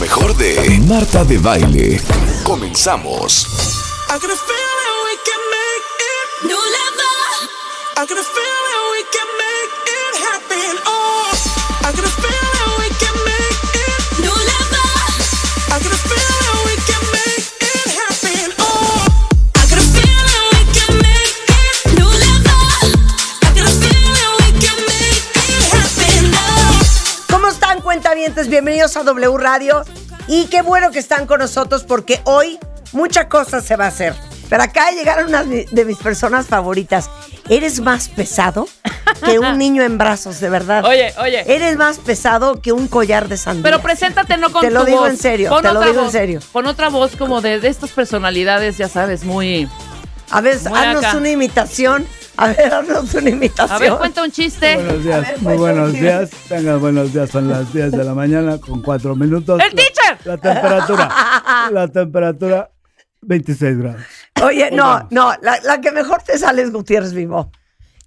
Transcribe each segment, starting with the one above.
mejor de Marta de Baile. Comenzamos. I got a feeling we can make it. New level, I got a feeling we can make it happen. Oh, I got a feeling we can make it. new level. I got a feeling we can make it happen. Oh, I got a feeling we can make it. New level, I got a feeling we can make it happen. Oh. ¿Cómo están, cuentavientes? Bienvenidos a W Radio. Y qué bueno que están con nosotros porque hoy mucha cosa se va a hacer. Pero acá llegaron unas mi- de mis personas favoritas. Eres más pesado que un niño en brazos, de verdad. Oye, oye. Eres más pesado que un collar de sandía. Pero preséntate no con Te lo tu digo voz. en serio, Pon te lo otra digo en voz, serio. Pon otra voz como de, de estas personalidades, ya sabes, muy... A ver, Muy haznos acá. una imitación. A ver, haznos una imitación. A ver, cuenta un chiste. Buenos días, ver, muy pues, buenos sí. días. Tengan buenos días, son las 10 de la mañana con 4 minutos. ¡El teacher! La temperatura, la temperatura 26 grados. Oye, no, no, la, la que mejor te sale es Gutiérrez Vivo.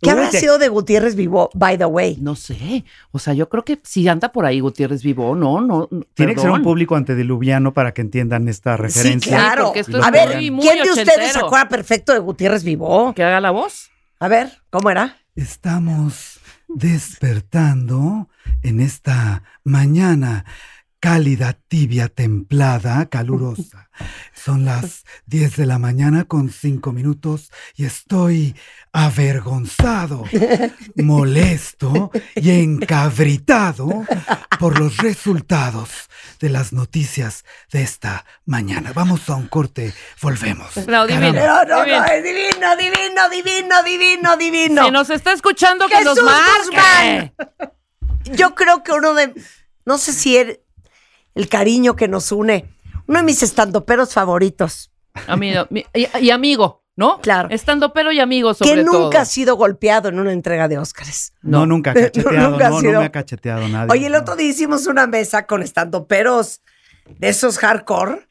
¿Qué habrá Oye. sido de Gutiérrez Vivo, by the way? No sé, o sea, yo creo que si anda por ahí Gutiérrez Vivo, no, no. Tiene que ser un público. público antediluviano para que entiendan esta Sí, referencia. Sí, claro. porque esto es a ver, muy, muy ¿quién de ustedes se ochentero. acuerda perfecto de Gutiérrez Vivó? Que haga la voz. A ver, ¿cómo era? Estamos despertando en esta mañana cálida, tibia, templada, calurosa. Son las 10 de la mañana con 5 minutos y estoy avergonzado, molesto y encabritado por los resultados de las noticias de esta mañana. Vamos a un corte, volvemos. No, divino. Caramba. No, no, Divino. no, es divino, divino, divino, divino, divino. Si nos está escuchando, que Jesús nos marque. Yo creo que uno de, no sé si el, el cariño que nos une, uno de mis estandoperos favoritos, Amigo, mi- y, y amigo, ¿no? Claro. Estando pero y amigo, sobre que nunca todo. ha sido golpeado en una entrega de Óscares. No, No. nunca No, cacheteado. nunca ha no, sido. no me ha cacheteado nadie. Oye, el otro día hicimos una mesa con estandoperos de esos hardcore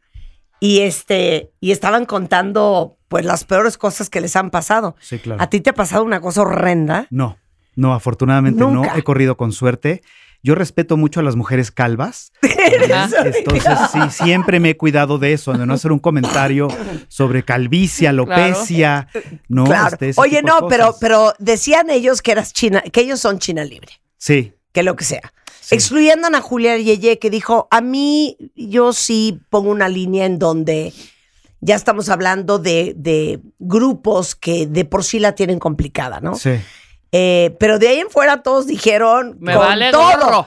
y este y estaban contando pues las peores cosas que les han pasado. Sí, claro. ¿A ti te ha pasado una cosa horrenda? No, no, afortunadamente Nunca. no. He corrido con suerte. Yo respeto mucho a las mujeres calvas. Entonces, sí, siempre me he cuidado de eso, de no hacer un comentario sobre calvicie, alopecia. No, claro. Este, ese Oye, tipo de no, pero, cosas. pero decían ellos que eras China, que ellos son China libre, Sí, que lo que sea. Sí. Excluyendo a Ana Julia Yeye, que dijo: A mí, yo sí pongo una línea en donde ya estamos hablando de, de grupos que de por sí la tienen complicada, ¿no? sí. Eh, pero de ahí en fuera todos dijeron Me con vale todo. gorro.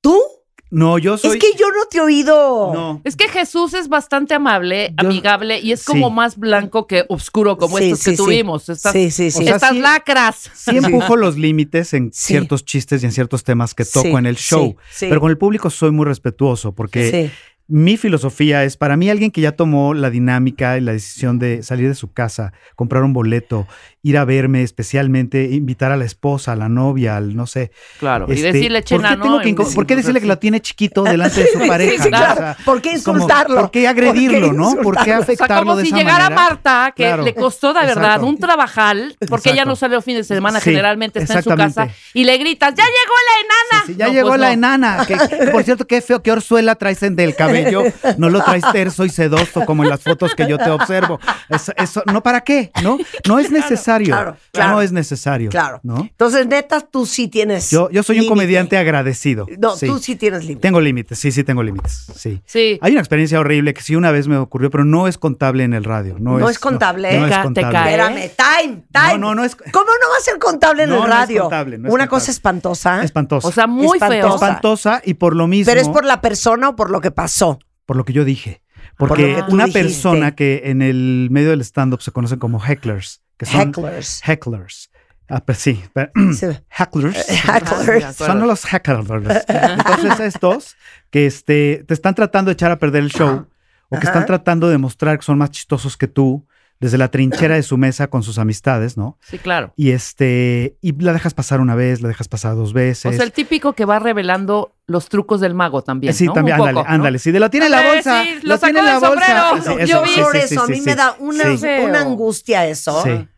¿Tú? No, yo soy. Es que yo no te he oído. No. Es que Jesús es bastante amable, Yo- amigable y es Sí. como más blanco que oscuro, como Sí, estos sí, que sí. tuvimos. Estas, Sí, sí, sí. O sea, estas sí- lacras. Sí empujo los límites en Sí. ciertos chistes y en ciertos temas que toco Sí, en el show, sí, sí. pero con el público soy muy respetuoso porque Sí. mi filosofía es para mí alguien que ya tomó la dinámica y la decisión de salir de su casa, comprar un boleto, ir a verme especialmente, invitar a la esposa, a la novia, al no sé. Claro, y este, decirle ¿por qué, chena, tengo ¿no? que inco- Sí, ¿Por qué o sea, decirle que lo tiene chiquito delante de su sí, pareja? sí, no? claro. O sea, ¿Por qué como, insultarlo? ¿Por qué agredirlo, no? ¿Por qué insultarlo? O sea, afectarlo como de si esa llegara manera? Marta, que Claro. le costó de verdad Exacto. un trabajal, porque ella Exacto. no sale los fines de semana, Sí, generalmente está en su casa, exactamente. y le gritas, ¡ya llegó la enana! Sí, ya No, llegó pues la no. enana. que- por cierto, qué feo, qué orzuela traes en del cabello. No lo traes terso y sedoso como en las fotos que yo te observo. Eso, eso- no, ¿para qué? No, no es necesario. claro, claro. No es necesario. Claro. ¿no? Entonces, neta, tú sí tienes. Yo, yo soy un límite. comediante agradecido. No, tú sí tienes límite. Tengo límites, sí, sí tengo límites. Sí. Sí. Hay una experiencia horrible que sí una vez me ocurrió, pero no es contable en el radio. No, No es contable. no es Te ca- te contable. cae. Espérame, time, time. No, no, no es- ¿Cómo no va a ser contable en No, el no es radio? contable, no es Una contable. cosa espantosa. Espantosa. O sea, muy feo. Espantosa. espantosa y por lo mismo. Ah. Pero es por la persona o por lo que pasó. por lo que yo dije. Por lo Porque que tú una dijiste. persona que en el medio del stand-up se conocen como hecklers, que son Hecklers. hecklers. Ah, pues sí, pero- Sí. hecklers. Eh, Hecklers. Son los hecklers. Entonces estos que este, te están tratando de echar a perder el show o que Ajá. están tratando de mostrar que son más chistosos que tú desde la trinchera de su mesa con sus amistades, ¿no? Sí, claro. Y este y la dejas pasar una vez, la dejas pasar dos veces. O sea, el típico que va revelando los trucos del mago también, sí, ¿no? Un también, ándale, poco, ¿no? ándale. Sí, de lo tiene en la Ándale, bolsa. sí, lo lo sacó tiene en la del bolsa. sombrero. Sí, Yo sí, vi sí, por sí, eso. sí, a mí sí. me da una, Sí. pues una angustia eso. Sí. Ay.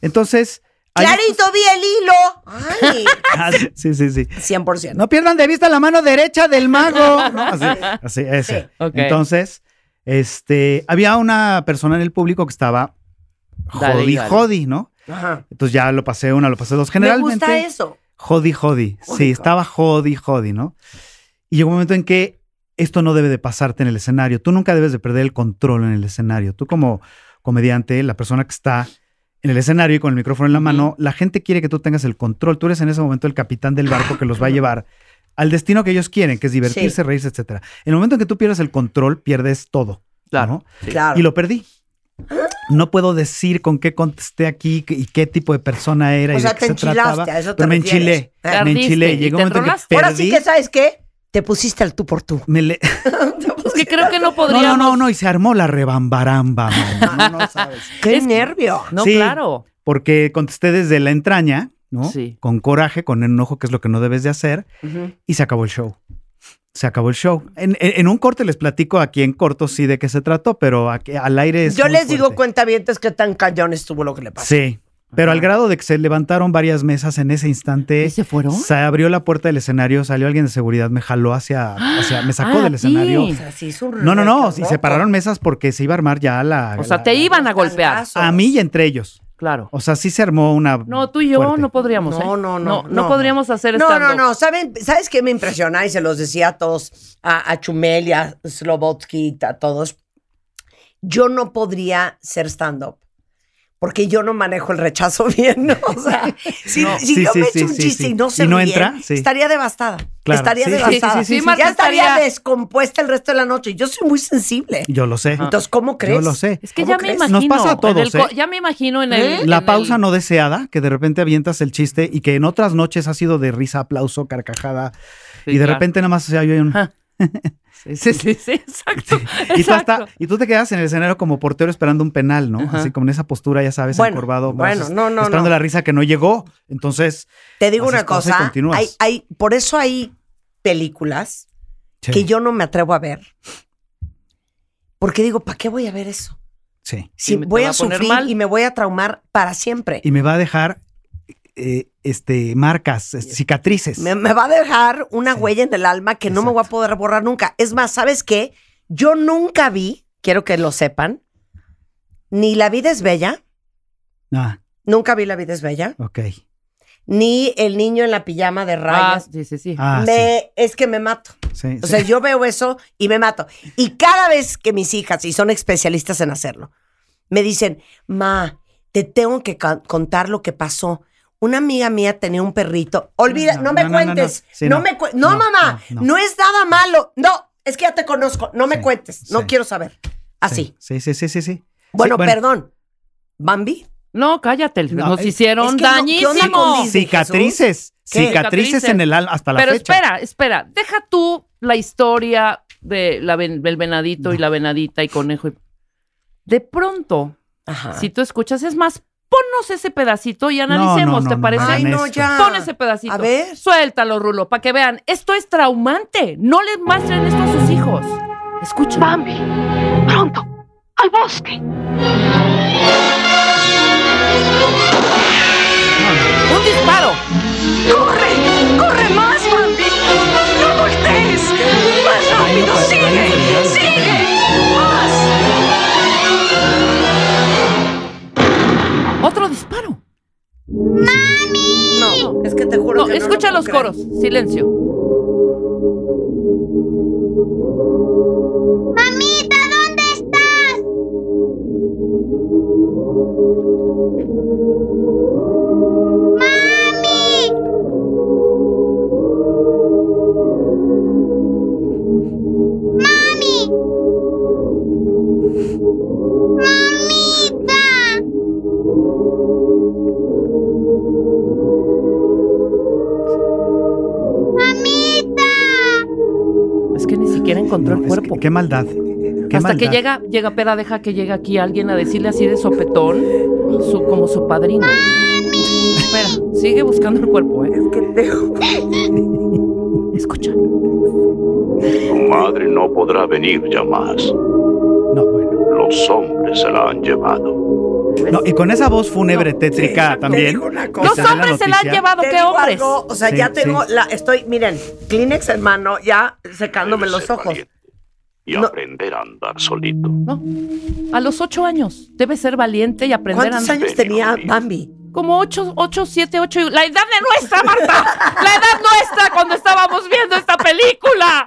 Entonces, Hay- Clarito vi el hilo. Ay, Ah, sí, sí, sí. 100%. No pierdan de vista la mano derecha del mago. ¿no? Así, así, ese. Sí. Ok. Entonces, este, había una persona en el público que estaba Dale jodi, y dale. jodi, ¿no? Ajá. Entonces ya lo pasé una, lo pasé dos. Me Generalmente. gusta eso. Jodi, jodi. Sí, Jodi, estaba jodi, jodi, ¿no? Y llegó un momento en que esto no debe de pasarte en el escenario. Tú nunca debes de perder el control en el escenario. Tú como comediante, la persona que está en el escenario y con el micrófono en la mano, la gente quiere que tú tengas el control. Tú eres en ese momento el capitán del barco que los va a llevar al destino que ellos quieren, que es divertirse, Sí. reírse, etcétera. En el momento en que tú pierdes el control, pierdes todo. Claro. ¿no? Claro. Y lo perdí. No puedo decir con qué contesté aquí qué- y qué tipo de persona era O y sea, de te qué se enchilaste, trataba. a eso te pero me refieres. enchilé. Ah. Me enchilé. Perdiste y Llegó te un momento en que enrolaste. Ahora sí perdí. que, ¿sabes qué? Te pusiste al tú por tú. me le- Es que creo que no No, no, podríamos. no, no. Y se armó la rebambaramba. man. No, no sabes. Qué Es- nervio. No, Sí. claro. Porque contesté desde la entraña, ¿no? Sí. Con coraje, con enojo, que es lo que no debes de hacer. Y se acabó el show. Se acabó el show. En, en- en un corte les platico aquí en corto sí de qué se trató, pero aquí- al aire es Yo muy les digo, fuerte. cuentavientes, que tan cañón estuvo lo que le pasó. Sí. Pero Ajá. al grado de que se levantaron varias mesas en ese instante. ¿Y se fueron? Se abrió la puerta del escenario, salió alguien de seguridad, me jaló hacia, hacia me sacó Ah, del a ti. escenario. O sea, sí hizo un No, no, no, revoltoso. y se pararon mesas porque se iba a armar ya la... O sea, la- te iban a golpear. Tangazos. A mí y entre ellos. Claro. O sea, sí se armó una... No, tú y yo fuerte. no podríamos. No, ¿eh? no, no, No, no. podríamos hacer No, no, stand-up. no. ¿Saben, ¿Sabes qué me impresiona? Y se los decía a todos, a, a Chumel y a Slobotsky, a todos. Yo no podría ser stand-up. Porque yo no manejo el rechazo bien, ¿no? O sea, si, No. si Sí, yo sí, me sí, echo un sí, chiste sí. y no se Y no ríen, entra, sí. estaría devastada. Claro, Estaría sí, sí, devastada. sí, sí, sí, sí, ya Marta estaría, estaría- descompuesta el resto de la noche. Yo soy muy sensible. Yo lo sé. Entonces, ¿cómo crees? Yo lo sé. Ah. Es que ¿Cómo ya me crees? imagino. Nos pasa a en todos, el co- ¿eh? Ya me imagino en el. en La el- pausa no deseada, que de repente avientas el chiste y que en otras noches ha sido de risa, aplauso, carcajada. Sí, Ah, y de claro. repente nada más o sea, yo un... Ajá. Sí, sí, sí, sí, exacto. Y tú, hasta- exacto. y tú te quedas en el escenario como portero esperando un penal, ¿no? Ajá. Así como en esa postura, ya sabes, Bueno, encorvado. bueno, brazos, no, no, Esperando no. la risa que no llegó. Entonces, Te digo Haces una pausa y cosa, continúas. hay, hay, por eso hay películas sí, que yo no me atrevo a ver. Porque digo, ¿para qué voy a ver eso? sí. Si Y me- te voy va a, a poner sufrir mal. y me voy a traumar para siempre. Y me va a dejar eh, este, marcas, es- cicatrices. Me, me va a dejar una Sí. huella en el alma que no me voy a Exacto. poder borrar nunca. Es más, ¿sabes qué? Yo nunca vi, quiero que lo sepan, ni La vida es bella, Ah, nunca vi La vida es bella, ok. ni El niño en la pijama de Ah, rayas. sí, sí, sí. Ah, me, Es que me mato. sí. sí, O sí. sea, yo veo eso y me mato. Y cada vez que mis hijas, y son especialistas en hacerlo, me dicen, ma, te tengo que ca- contar lo que pasó. Una amiga mía tenía un perrito. Olvida, no, No, me no, no, cuentes. no, no. No, Sí, no. me cue- no, No, mamá, no, no, no. es nada malo. No, es que ya te conozco. No me Sí, cuentes. No sí. quiero saber. Así. Sí, sí, sí, sí, sí. Sí, Bueno, bueno. perdón. Bambi. No, cállate. No, Nos es- hicieron es que no, ¿qué dañísimo. onda con Disney? Cicatrices. ¿Qué? Cicatrices en el alma hasta la Pero fecha. espera, espera. Deja tú la historia de la ven- del venadito y la venadita y conejo. y- De pronto, Ajá. si tú escuchas, es más, ponnos ese pedacito y No, no, analicemos, no, ¿te no, parece? Ay, hagan no, esto. ya. Pon ese pedacito. Ah, A ver. Suéltalo, Rulo, para que vean. Esto es traumante. No les muestren esto a sus hijos. Escucha. Bambi, pronto, al bosque. Un disparo. ¡Corre! ¡Corre más, Bambi! ¡No voltees! ¡Más rápido! ¡Sigue! ¡Sigue! ¡Más! Otro disparo. No, es que te juro No, que no lo escucha puedo los creer. coros. Silencio. Mamita, ¿dónde estás? Mami. Mami. Mamita. Mamita. Es que ni siquiera encontró No, el es que- cuerpo. qué maldad. qué Hasta que maldad. llega, llega, pera, deja que llegue aquí alguien a decirle así de sopetón, su, como su padrino. Espera, sigue buscando el cuerpo, ¿eh? Escucha. Tu madre no podrá venir ya más. No, bueno. Los hombres se la han llevado. Pues No, y con esa voz fúnebre tétrica te también. digo una que cosa. Los se da en hombres se la han noticia. llevado, Te ¿qué digo hombres? algo, o sea, Sí, ya tengo sí. la estoy, miren, Kleenex en mano, ya secándome Debe los ser ojos. valiente Y No. aprender a andar solito. No. A los ocho años. Debe ser valiente y aprender a ¿Cuántos años tenía Bambi? Como ocho, ocho, siete, ocho. y- La edad de nuestra, Marta. La edad nuestra cuando estábamos viendo esta película.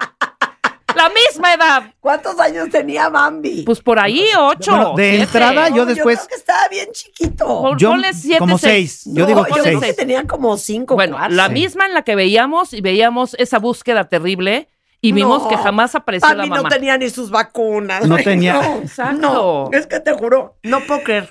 La misma edad. ¿Cuántos años tenía Bambi? Pues por ahí, ocho. Bueno, de siete. entrada, No, yo después- creo que estaba bien chiquito. Por- Yo, ponle siete, como seis. seis. Yo No, digo yo seis. creo que tenía como cinco. Bueno, cuatro. la Sí. misma en la que veíamos y veíamos esa búsqueda terrible y vimos No, que jamás apareció la Bambi mamá. no tenía ni sus vacunas. No güey, tenía- Exacto. no, es que te juro, no puedo creer.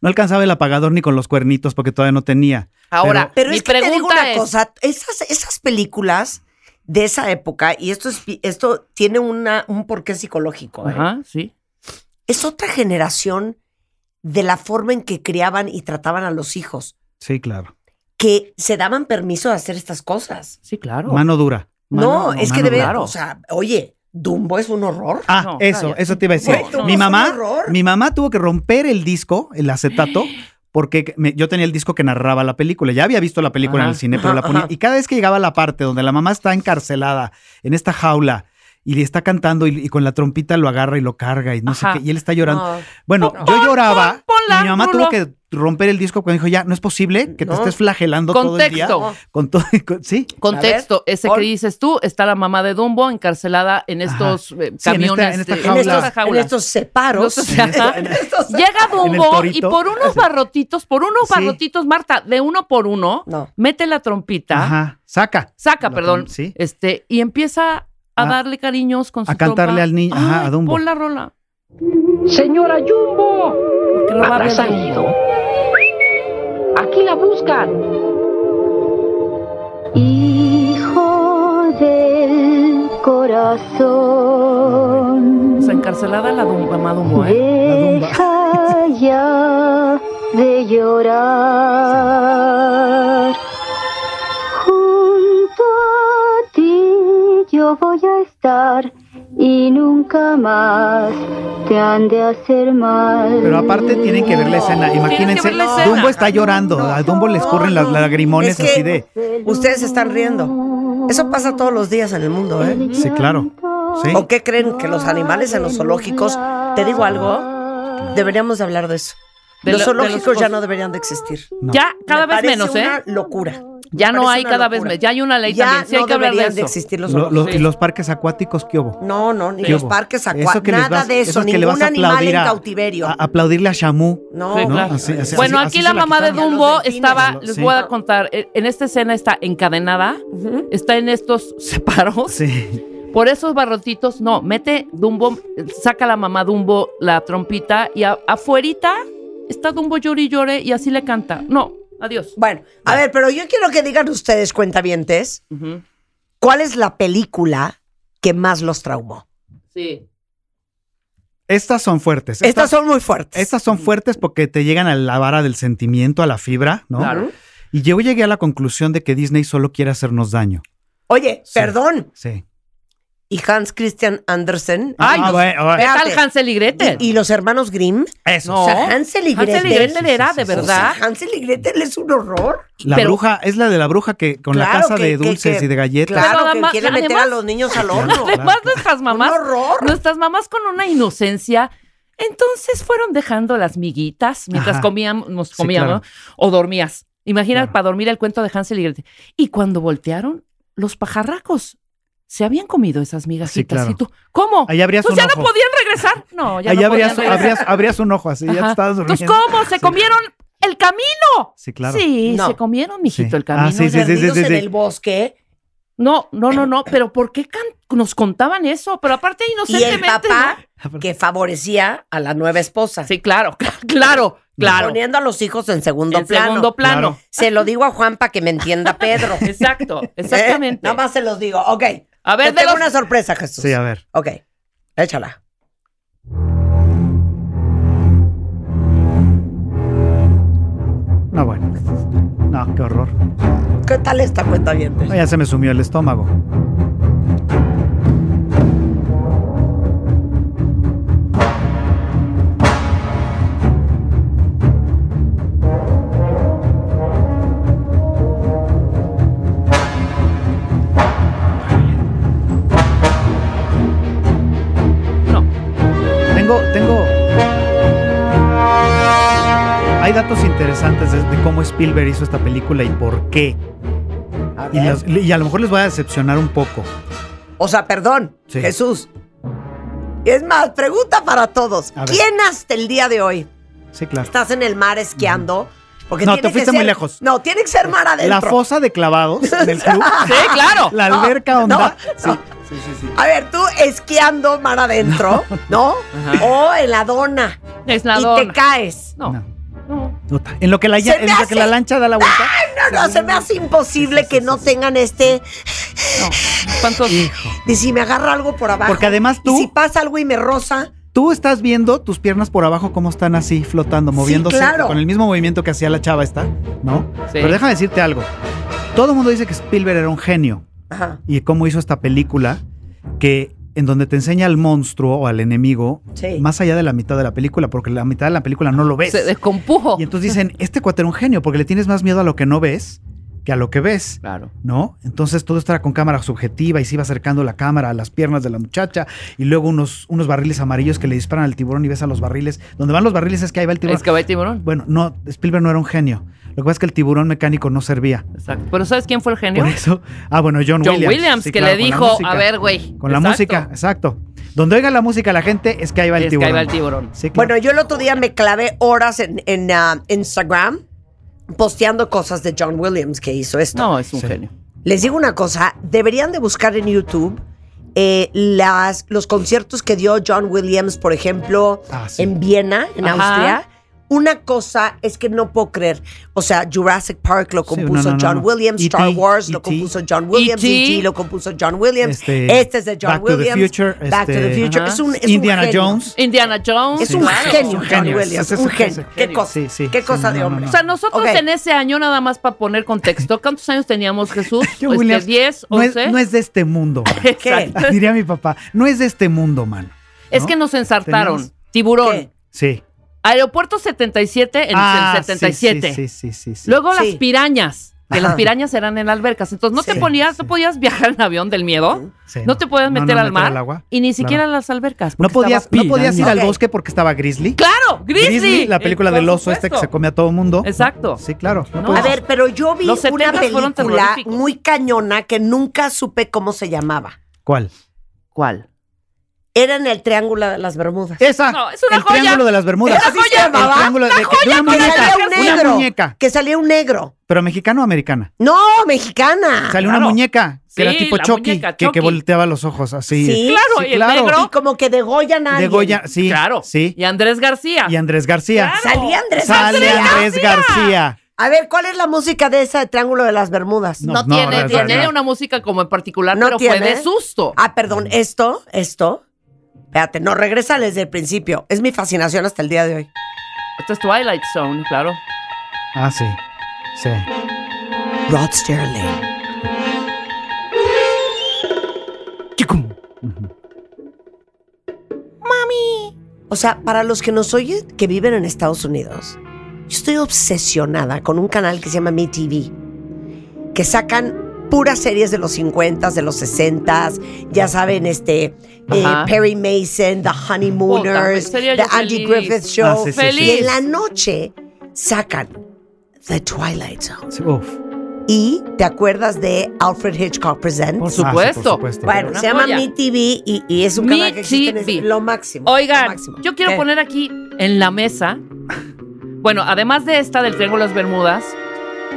No alcanzaba el apagador ni con los cuernitos porque todavía no tenía. Ahora, Pero mi es que te digo pregunta una es, cosa, esas, esas películas de esa época, y esto, es- esto tiene una, un porqué psicológico, ¿eh? Ajá, sí. es otra generación de la forma en que criaban y trataban a los hijos, Sí, claro. que se daban permiso de hacer estas cosas. Sí, claro. Mano dura. no, Mano- es que mano debe, dura. claro. o sea, oye, Dumbo es un horror. Ah, No, eso, cállate. eso te iba a decir. Güey, tú mi no es mamá, un horror. mi mamá tuvo que romper el disco, el acetato, porque me- yo tenía el disco que narraba la película. Ya había visto la película en Ajá. el cine, pero la ponía. Y cada vez que llegaba la parte donde la mamá está encarcelada en esta jaula y le está cantando y, y con la trompita lo agarra y lo carga y no Ajá. sé qué, y él está llorando. No. Bueno, Pon- yo pon- lloraba. pon- ponla, y mi mamá Rulo. tuvo que romper el disco cuando dijo ya, no es posible que No. te estés flagelando todo el día. Contexto. Con todo, con- sí. Contexto, ese Paul. que dices tú, está la mamá de Dumbo encarcelada en estos eh, Sí, en esta- camiones. en esta de- En Jaula. estos, en estos separos. No sé, ajá. en estos- Llega el Dumbo y torito. por unos barrotitos, por unos Sí. barrotitos, Marta, de uno por uno, No. mete la trompita, Ajá, saca. saca, La perdón, trom- sí. este, y empieza a Ah. darle cariños con su A cantarle trompa. al niño, ajá, Ay, a Dumbo. Pon la rola. Señora Jumbo, Porque lo va a ¿habrá ver salido? Dumbo. Aquí la buscan. Hijo del O sea, corazón, encarcelada la Dumbo, mamá Dumbo, ¿eh? deja ya de llorar. Junto a ti yo voy a estar y nunca más te han de hacer mal. Pero aparte tienen que ver la escena. Tienes que Imagínense, ver la escena. Dumbo está llorando. a Dumbo le escurren no, las lagrimones Es que- así de. Ustedes se están riendo. Eso pasa todos los días en el mundo, ¿eh? Sí, claro. Sí. ¿O qué creen que los animales en los zoológicos? Te digo algo, deberíamos de hablar de eso. De los lo- de los zoológicos ya cos- no deberían de existir. No. Ya cada Me vez parece menos, ¿eh? Una locura. Ya Me no parece hay una cada locura. vez menos. Ya hay una ley Ya también. Sí, no hay que hablar de deberían eso. existir los Lo- zoológicos. lo- y los parques acuáticos, ¿qué hubo? No, no, ni ¿Qué los hubo? parques Eso que acuáticos. les Nada vas- de eso, esos que le vas ningún a animal en aplaudir a- cautiverio. a- aplaudirle a Shamu. no, Sí, ¿no? claro. Así- así- bueno, así- aquí así la se mamá de quitaron a los Dumbo delfines. estaba, Sí. les voy a contar, e- en esta escena está encadenada, Ujú. está en estos separos, Sí. por esos barrotitos, no, mete Dumbo, eh, saca la mamá Dumbo la trompita y a- afuerita está Dumbo llore y llore y así le canta. No, adiós. Bueno, a ver, pero yo quiero que digan ustedes, cuentavientes, Ujú. ¿cuál es la película que más los traumó? Sí. Estas son fuertes. Estas son muy fuertes. Estas son fuertes porque te llegan a la vara del sentimiento, a la fibra, ¿no? Claro. Y yo llegué a la conclusión de que Disney solo quiere hacernos daño. Oye, Sí. perdón. Sí. Y Hans Christian Andersen Ay, Ah, los- bueno, bueno. ¿Qué tal Espérate. Hansel y Gretel? y los hermanos Grimm. Eso. O No. sea, Hansel y Gretel. Hansel y Gretel era Sí, sí, de sí, sí. O sea, verdad. Hansel y Gretel es un horror. La Pero- bruja, es la de la bruja que con la Claro casa que- de que- dulces que- y de galletas. Pero Claro, que además- quiere meter además- a los niños al horno. Claro, Además, claro. nuestras Un mamás horror. Nuestras mamás con una inocencia. Entonces fueron dejando las miguitas mientras Ajá. comíamos, nos Sí, comíamos claro. o dormías. Imagina Claro. para dormir el cuento de Hansel y Gretel. Y cuando voltearon, los pajarracos se habían comido esas migajitas. claro. ¿Y tú? ¿Cómo? Ahí abrías Pues Entonces un ya no ojo. podían regresar. No, ya Ahí no abrías, podían regresar. abrías- abrías un ojo así, ya te Ajá. estabas durmiendo. Entonces, ¿cómo? ¿Se comieron el camino? Sí, claro. Sí, No. se comieron, mijito, Sí. el camino. Ah, sí, sí, sí, perdidos sí, en sí. el bosque. No, no, no, no. Pero ¿por qué can- nos contaban eso? Pero aparte Y el inocentemente. papá ¿no? que favorecía a la nueva esposa. ¿no? Sí, claro, claro, claro. Poniendo a los hijos en segundo en plano. segundo plano. Se lo digo a Juan para que me entienda Pedro. Exacto, ¿Eh? exactamente. Nada más se los digo. Ok. A ver, Te de tengo los- una sorpresa, Jesús. Sí, a ver. Ok. Échala. No, bueno. No, qué horror. ¿Qué tal esta cuenta bien? No, Ah, ya se me sumió el estómago. tengo, tengo. Hay datos interesantes de, de cómo Spielberg hizo esta película y por qué. A Y, ver. las- y a lo mejor les voy a decepcionar un poco. O sea, perdón, Sí. Jesús. Es más, pregunta para todos. A ver. ¿Quién hasta el día de hoy Sí, claro. estás en el mar esquiando? Porque Mm. No, tiene te que fuiste ser- muy lejos. No, tiene que ser mar La adentro. fosa de clavados del club. Sí, claro. La alberca No, onda. no. Sí, sí, sí, sí. A ver, tú esquiando mar adentro, ¿no? Ajá. O en la dona. Es Ah. la y te dona. caes. No. No. no. Puta, En lo que la, ya- Se me en lo hace- que la lancha da la vuelta. No, no, se me hace imposible Sí, sí, que sí, no sí, sí. tengan este. No, espantoso. Y si me agarra algo por abajo. Porque además Y tú- si pasa algo y me roza. Tú estás viendo tus piernas por abajo cómo están así flotando, moviéndose claro. con el mismo movimiento que hacía la chava esta, ¿no? Sí. Pero déjame decirte algo. Todo el mundo dice que Spielberg era un genio Ajá. y cómo hizo esta película que en donde te enseña al monstruo o al enemigo Sí. más allá de la mitad de la película, porque la mitad de la película no lo ves. Se descompujo. Y entonces dicen, este cuate era un genio porque le tienes más miedo a lo que no ves que a lo que ves. Claro. ¿no? Entonces todo estaba con cámara subjetiva y se iba acercando la cámara a las piernas de la muchacha y luego unos, unos barriles amarillos que le disparan al tiburón y ves a los barriles. Donde van los barriles es que ahí va el tiburón. Es que va el tiburón. Bueno, no, Spielberg no era un genio. Lo que pasa es que el tiburón mecánico no servía. Exacto. Pero ¿sabes quién fue el genio? Por eso. Ah, bueno, John, John Williams. Williams, Sí, que claro, le con la dijo, música. a ver, güey. Con la Exacto. música, exacto. Donde oiga la música la gente es que ahí va el Es que tiburón. ahí va el tiburón. Sí, claro. Bueno, yo el otro día me clavé horas en, en, ah, Instagram posteando cosas de John Williams que hizo esto. No, es un Sí. genio. Les digo una cosa, deberían de buscar en YouTube eh, las, los conciertos que dio John Williams, por ejemplo, Ah, sí. en Viena, en Ajá. Austria. Una cosa es que no puedo creer, o sea, Jurassic Park lo Sí, compuso no, no, no, John no. E Williams, E.T., Star Wars lo E.T.. compuso John Williams, E.T.. E.T. lo compuso John Williams, este, E Este, es de John Back to the Williams, Future, Back to the este, Future, ajá. es un, es un Indiana genio. Jones. Indiana Jones. Es Sí, un claro. genio, Es un John genio, Williams, es- es- un es- genio. es- Qué cosa, sí, sí, qué sí, cosa no, de no, hombre. no, O sea, nosotros Ok. en ese año, nada más para poner contexto, ¿cuántos años teníamos Jesús? John Este, Williams 10, no, es, 11. no es de este mundo. man. ¿Qué? Diría mi papá, no es de este mundo, man. Es ¿no? que nos ensartaron. Teníamos- Tiburón. ¿Qué? Sí. Aeropuerto 77 en el Ah, sí, 77. Sí, sí, sí, sí, sí. Luego Sí. las pirañas. Que Ajá. las pirañas eran en albercas. Entonces no Sí, te ponías, no sí. podías viajar en avión del miedo. Sí, no, te podías meter al mar. agua. Y ni Claro. siquiera a las albercas. No porque podías, estaba no podías ir piraña. al Ok. bosque porque estaba Grizzly. ¡Claro! ¡Grizzly! la película Eh, del por oso este que se supuesto. come a todo mundo. Exacto. Sí, claro. no No. podías- A ver, pero yo vi Los una 70s fueron película terroríficos. muy cañona que nunca supe cómo se llamaba. ¿Cuál? ¿Cuál? Era en el Triángulo de las Bermudas. Esa. No, es una el joya. triángulo de las Bermudas. Esa El joya, mamá. triángulo de, de una que muñeca. salía un Una negro. muñeca. Que salía un negro. Pero mexicano o americana. No, mexicana. Salió una Ah, claro. muñeca que era Sí, tipo la Chucky, muñeca, que, que Chucky. volteaba los ojos así. Sí. Claro, y el negro. Y como que degollan a De alguien. Goya, sí. claro. Sí. Y Andrés García. Y Andrés García. Claro. Salía Andrés Sale García. Andrés García. A ver, ¿cuál es la música de esa de Triángulo de las Bermudas? no, No, no, tiene, no, tiene no. una música como en particular, No pero fue tiene. de susto. Ah, perdón, esto, esto. Espérate, no, regresa desde el principio. Es mi fascinación hasta el día de hoy. Esto es Twilight Zone, claro. Ah, sí. Sí. Rod Sterling. O sea, para los que nos oyen que viven en Estados Unidos, yo estoy obsesionada con un canal que se llama MeTV, que sacan puras series de los 50s, de los 60s, ya saben, este, eh, Ajá. Perry Mason, The Honeymooners, Puta, sería The yo Andy feliz. Griffith Show. Ah, sí, sí, Feliz. Y en la noche sacan The Twilight Zone. Sí, Uf. Ah, ¿Y te acuerdas de Alfred Hitchcock Presents? Ah. Por supuesto. por supuesto. Bueno, Una se llama joya. MeTV y, y es un Me canal que existe en es- TV. lo máximo. lo Oigan, máximo. yo quiero ¿Qué? poner aquí en la mesa. Bueno, además de esta del Triángulo de las Bermudas,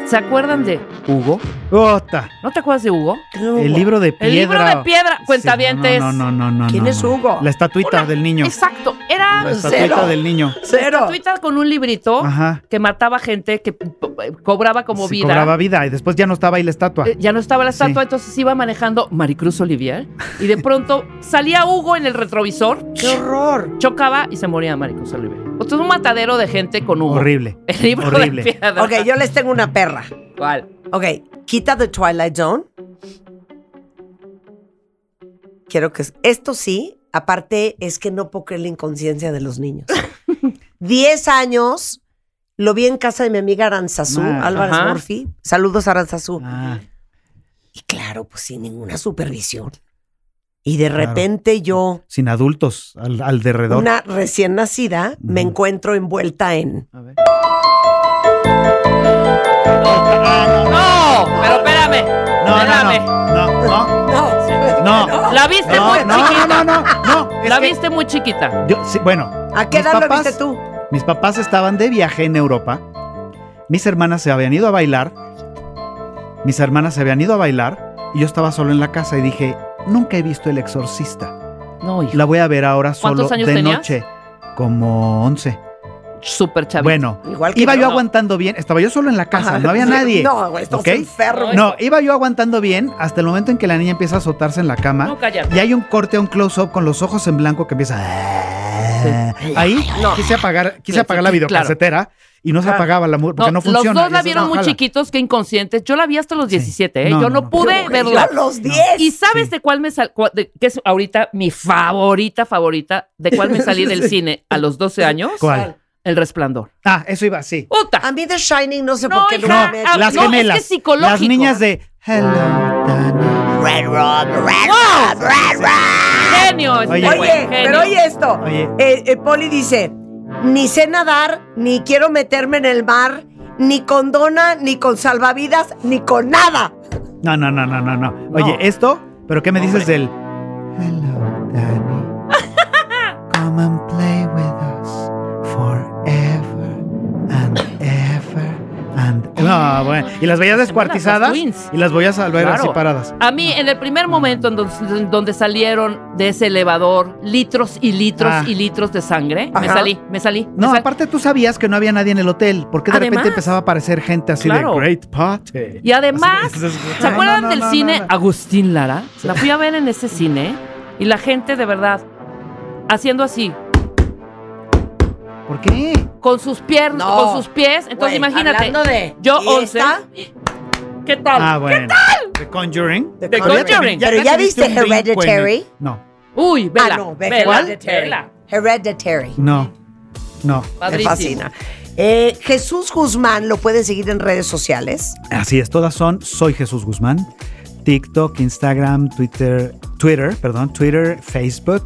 ¿se acuerdan de Hugo? Ota, ¿No te acuerdas de Hugo? No, el Hugo. libro de piedra. El libro de piedra, cuentavientes. Sí, no, no, no, no, no, ¿Quién no, es no. Hugo? La estatuita Una- del niño. Exacto, era La estatuita cero. del niño. Cero. Estatuita con un librito Ajá. que mataba gente, que eh, cobraba como Sí, vida. Cobraba vida y después ya no estaba ahí la estatua. Eh, Ya no estaba la Sí. estatua, entonces iba manejando Maricruz Olivier y de pronto salía Hugo en el retrovisor, ¡Qué horror! chocaba y se moría Maricruz Olivier. Esto es un matadero de gente con Hugo. Horrible. El libro Horrible. de piedra. Ok, yo les tengo una perra. ¿Cuál? Ok, quita The Twilight Zone. Quiero que... Esto sí, aparte es que no puedo creer la inconsciencia de los niños. Diez años, lo vi en casa de mi amiga Aranzazú, Ah, Álvarez ajá. Murphy. Saludos Aranzazú. Ah, Y claro, pues sin ninguna supervisión. Y de Claro. repente yo, sin adultos al, al derredor. una recién nacida, me Ujú. encuentro envuelta en. A ver. ¡No! Pero espérame. No, no, Espérame. no, no, no, No, no, La viste no, muy no, no, chiquita. no, no, no, es La que viste muy chiquita. yo- sí, bueno, ¿A qué Mis edad lo papás- viste tú? mis papás estaban de viaje en Europa. Mis hermanas se habían ido a bailar. Mis hermanas se habían ido a bailar y yo estaba solo en la casa y dije, nunca he visto El Exorcista. No, hijo. La voy a ver ahora solo ¿Cuántos años de tenías? noche, como 11. Súper chavita. Bueno, Igual que iba yo, yo no. aguantando bien, estaba yo solo en la casa, Ajá. no había nadie. No, güey, esto ¿ok? es enfermo. No, iba yo aguantando bien hasta el momento en que la niña empieza a azotarse en la cama. No, cállate. Y hay un corte, un close-up con los ojos en blanco que empieza. a- Ahí No. quise apagar, quise Sí, apagar sí, la sí, claro. videocasetera y no se Claro. apagaba la mu- porque no, funciona. Los dos Y la dices, vieron "No, muy jala". chiquitos, que inconscientes. Yo la vi hasta los Sí. 17, ¿eh? No, yo no, no, no. pude Yo verla. a los 10. ¿Y sabes Sí. de cuál me salí? Que es ahorita mi favorita, favorita. ¿De cuál me salí del cine a los 12 años? ¿Cuál? El resplandor. Ah, eso iba así. ¡Puta! A mí The Shining no sé No, por qué hija, no me Las Ah, no, es que gemelas. es psicológico. Las niñas de Hello, Dana. Red Rob, Red ¡Wow! Rob, Red Rob. Genio, este Oye. güey, Oye, pero genio. oye esto. Oye. Eh, eh, Poli dice, ni sé nadar, ni quiero meterme en el mar, ni con dona, ni con salvavidas, ni con nada. No, no, no, no, no, no. Oye, No. esto, pero ¿qué me dices del Hello, Dani? Come and play with us forever and ever and No, Ah, bueno. Y las veías descuartizadas Las twins. y las veías a ver así Claro. paradas. A mí, en el primer momento en donde, en donde salieron de ese elevador litros y litros Ah. y litros de sangre, me Ajá. salí, me salí. me No, sal- aparte tú sabías que no había nadie en el hotel, porque de repente Además. empezaba a aparecer gente así Claro. de Great Party. Y además, Así de- No, ¿se no, acuerdan no, del no, cine no. Agustín Lara? La fui a ver en ese cine y la gente de verdad haciendo así, ¿Por qué? con sus piernas, No. con sus pies. Entonces Güey, imagínate, hablando de- ah, yo ¿Y 11. esta? ¿Qué tal? Ah, bueno. tal? The Conjuring. The The Conjuring. Conjuring. Pero ya viste un brinco en el- Hereditary. No. Uy, vela, ah, no, ve- vela, Hereditary. vela. Hereditary. No, no. Padrísimo. Me fascina. Eh, Jesús Guzmán lo pueden seguir en redes sociales. Así es, todas son Soy Jesús Guzmán. TikTok, Instagram, Twitter, Twitter, perdón, Twitter, Facebook.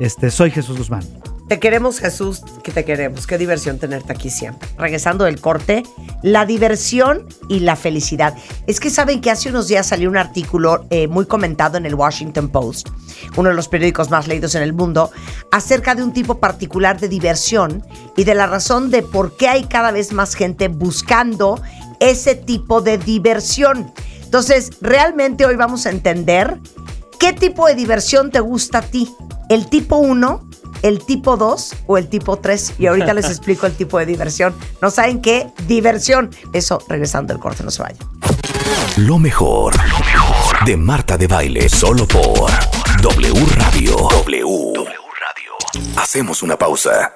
Este, soy Jesús Guzmán. Te queremos, Jesús, que te queremos. Qué diversión tenerte aquí siempre. Regresando del corte, la diversión y la felicidad. Es que saben que hace unos días salió un artículo eh, muy comentado en el Washington Post, uno de los periódicos más leídos en el mundo, acerca de un tipo particular de diversión y de la razón de por qué hay cada vez más gente buscando ese tipo de diversión. Entonces, realmente hoy vamos a entender ¿Qué tipo de diversión te gusta a ti? ¿El tipo 1, el tipo 2 o el tipo 3? Y ahorita les explico el tipo de diversión. ¿No saben qué? Diversión. Eso, regresando el corte, no se vayan. Lo mejor, lo mejor de Marta de Baile, solo por W Radio. W. W Radio. Hacemos una pausa.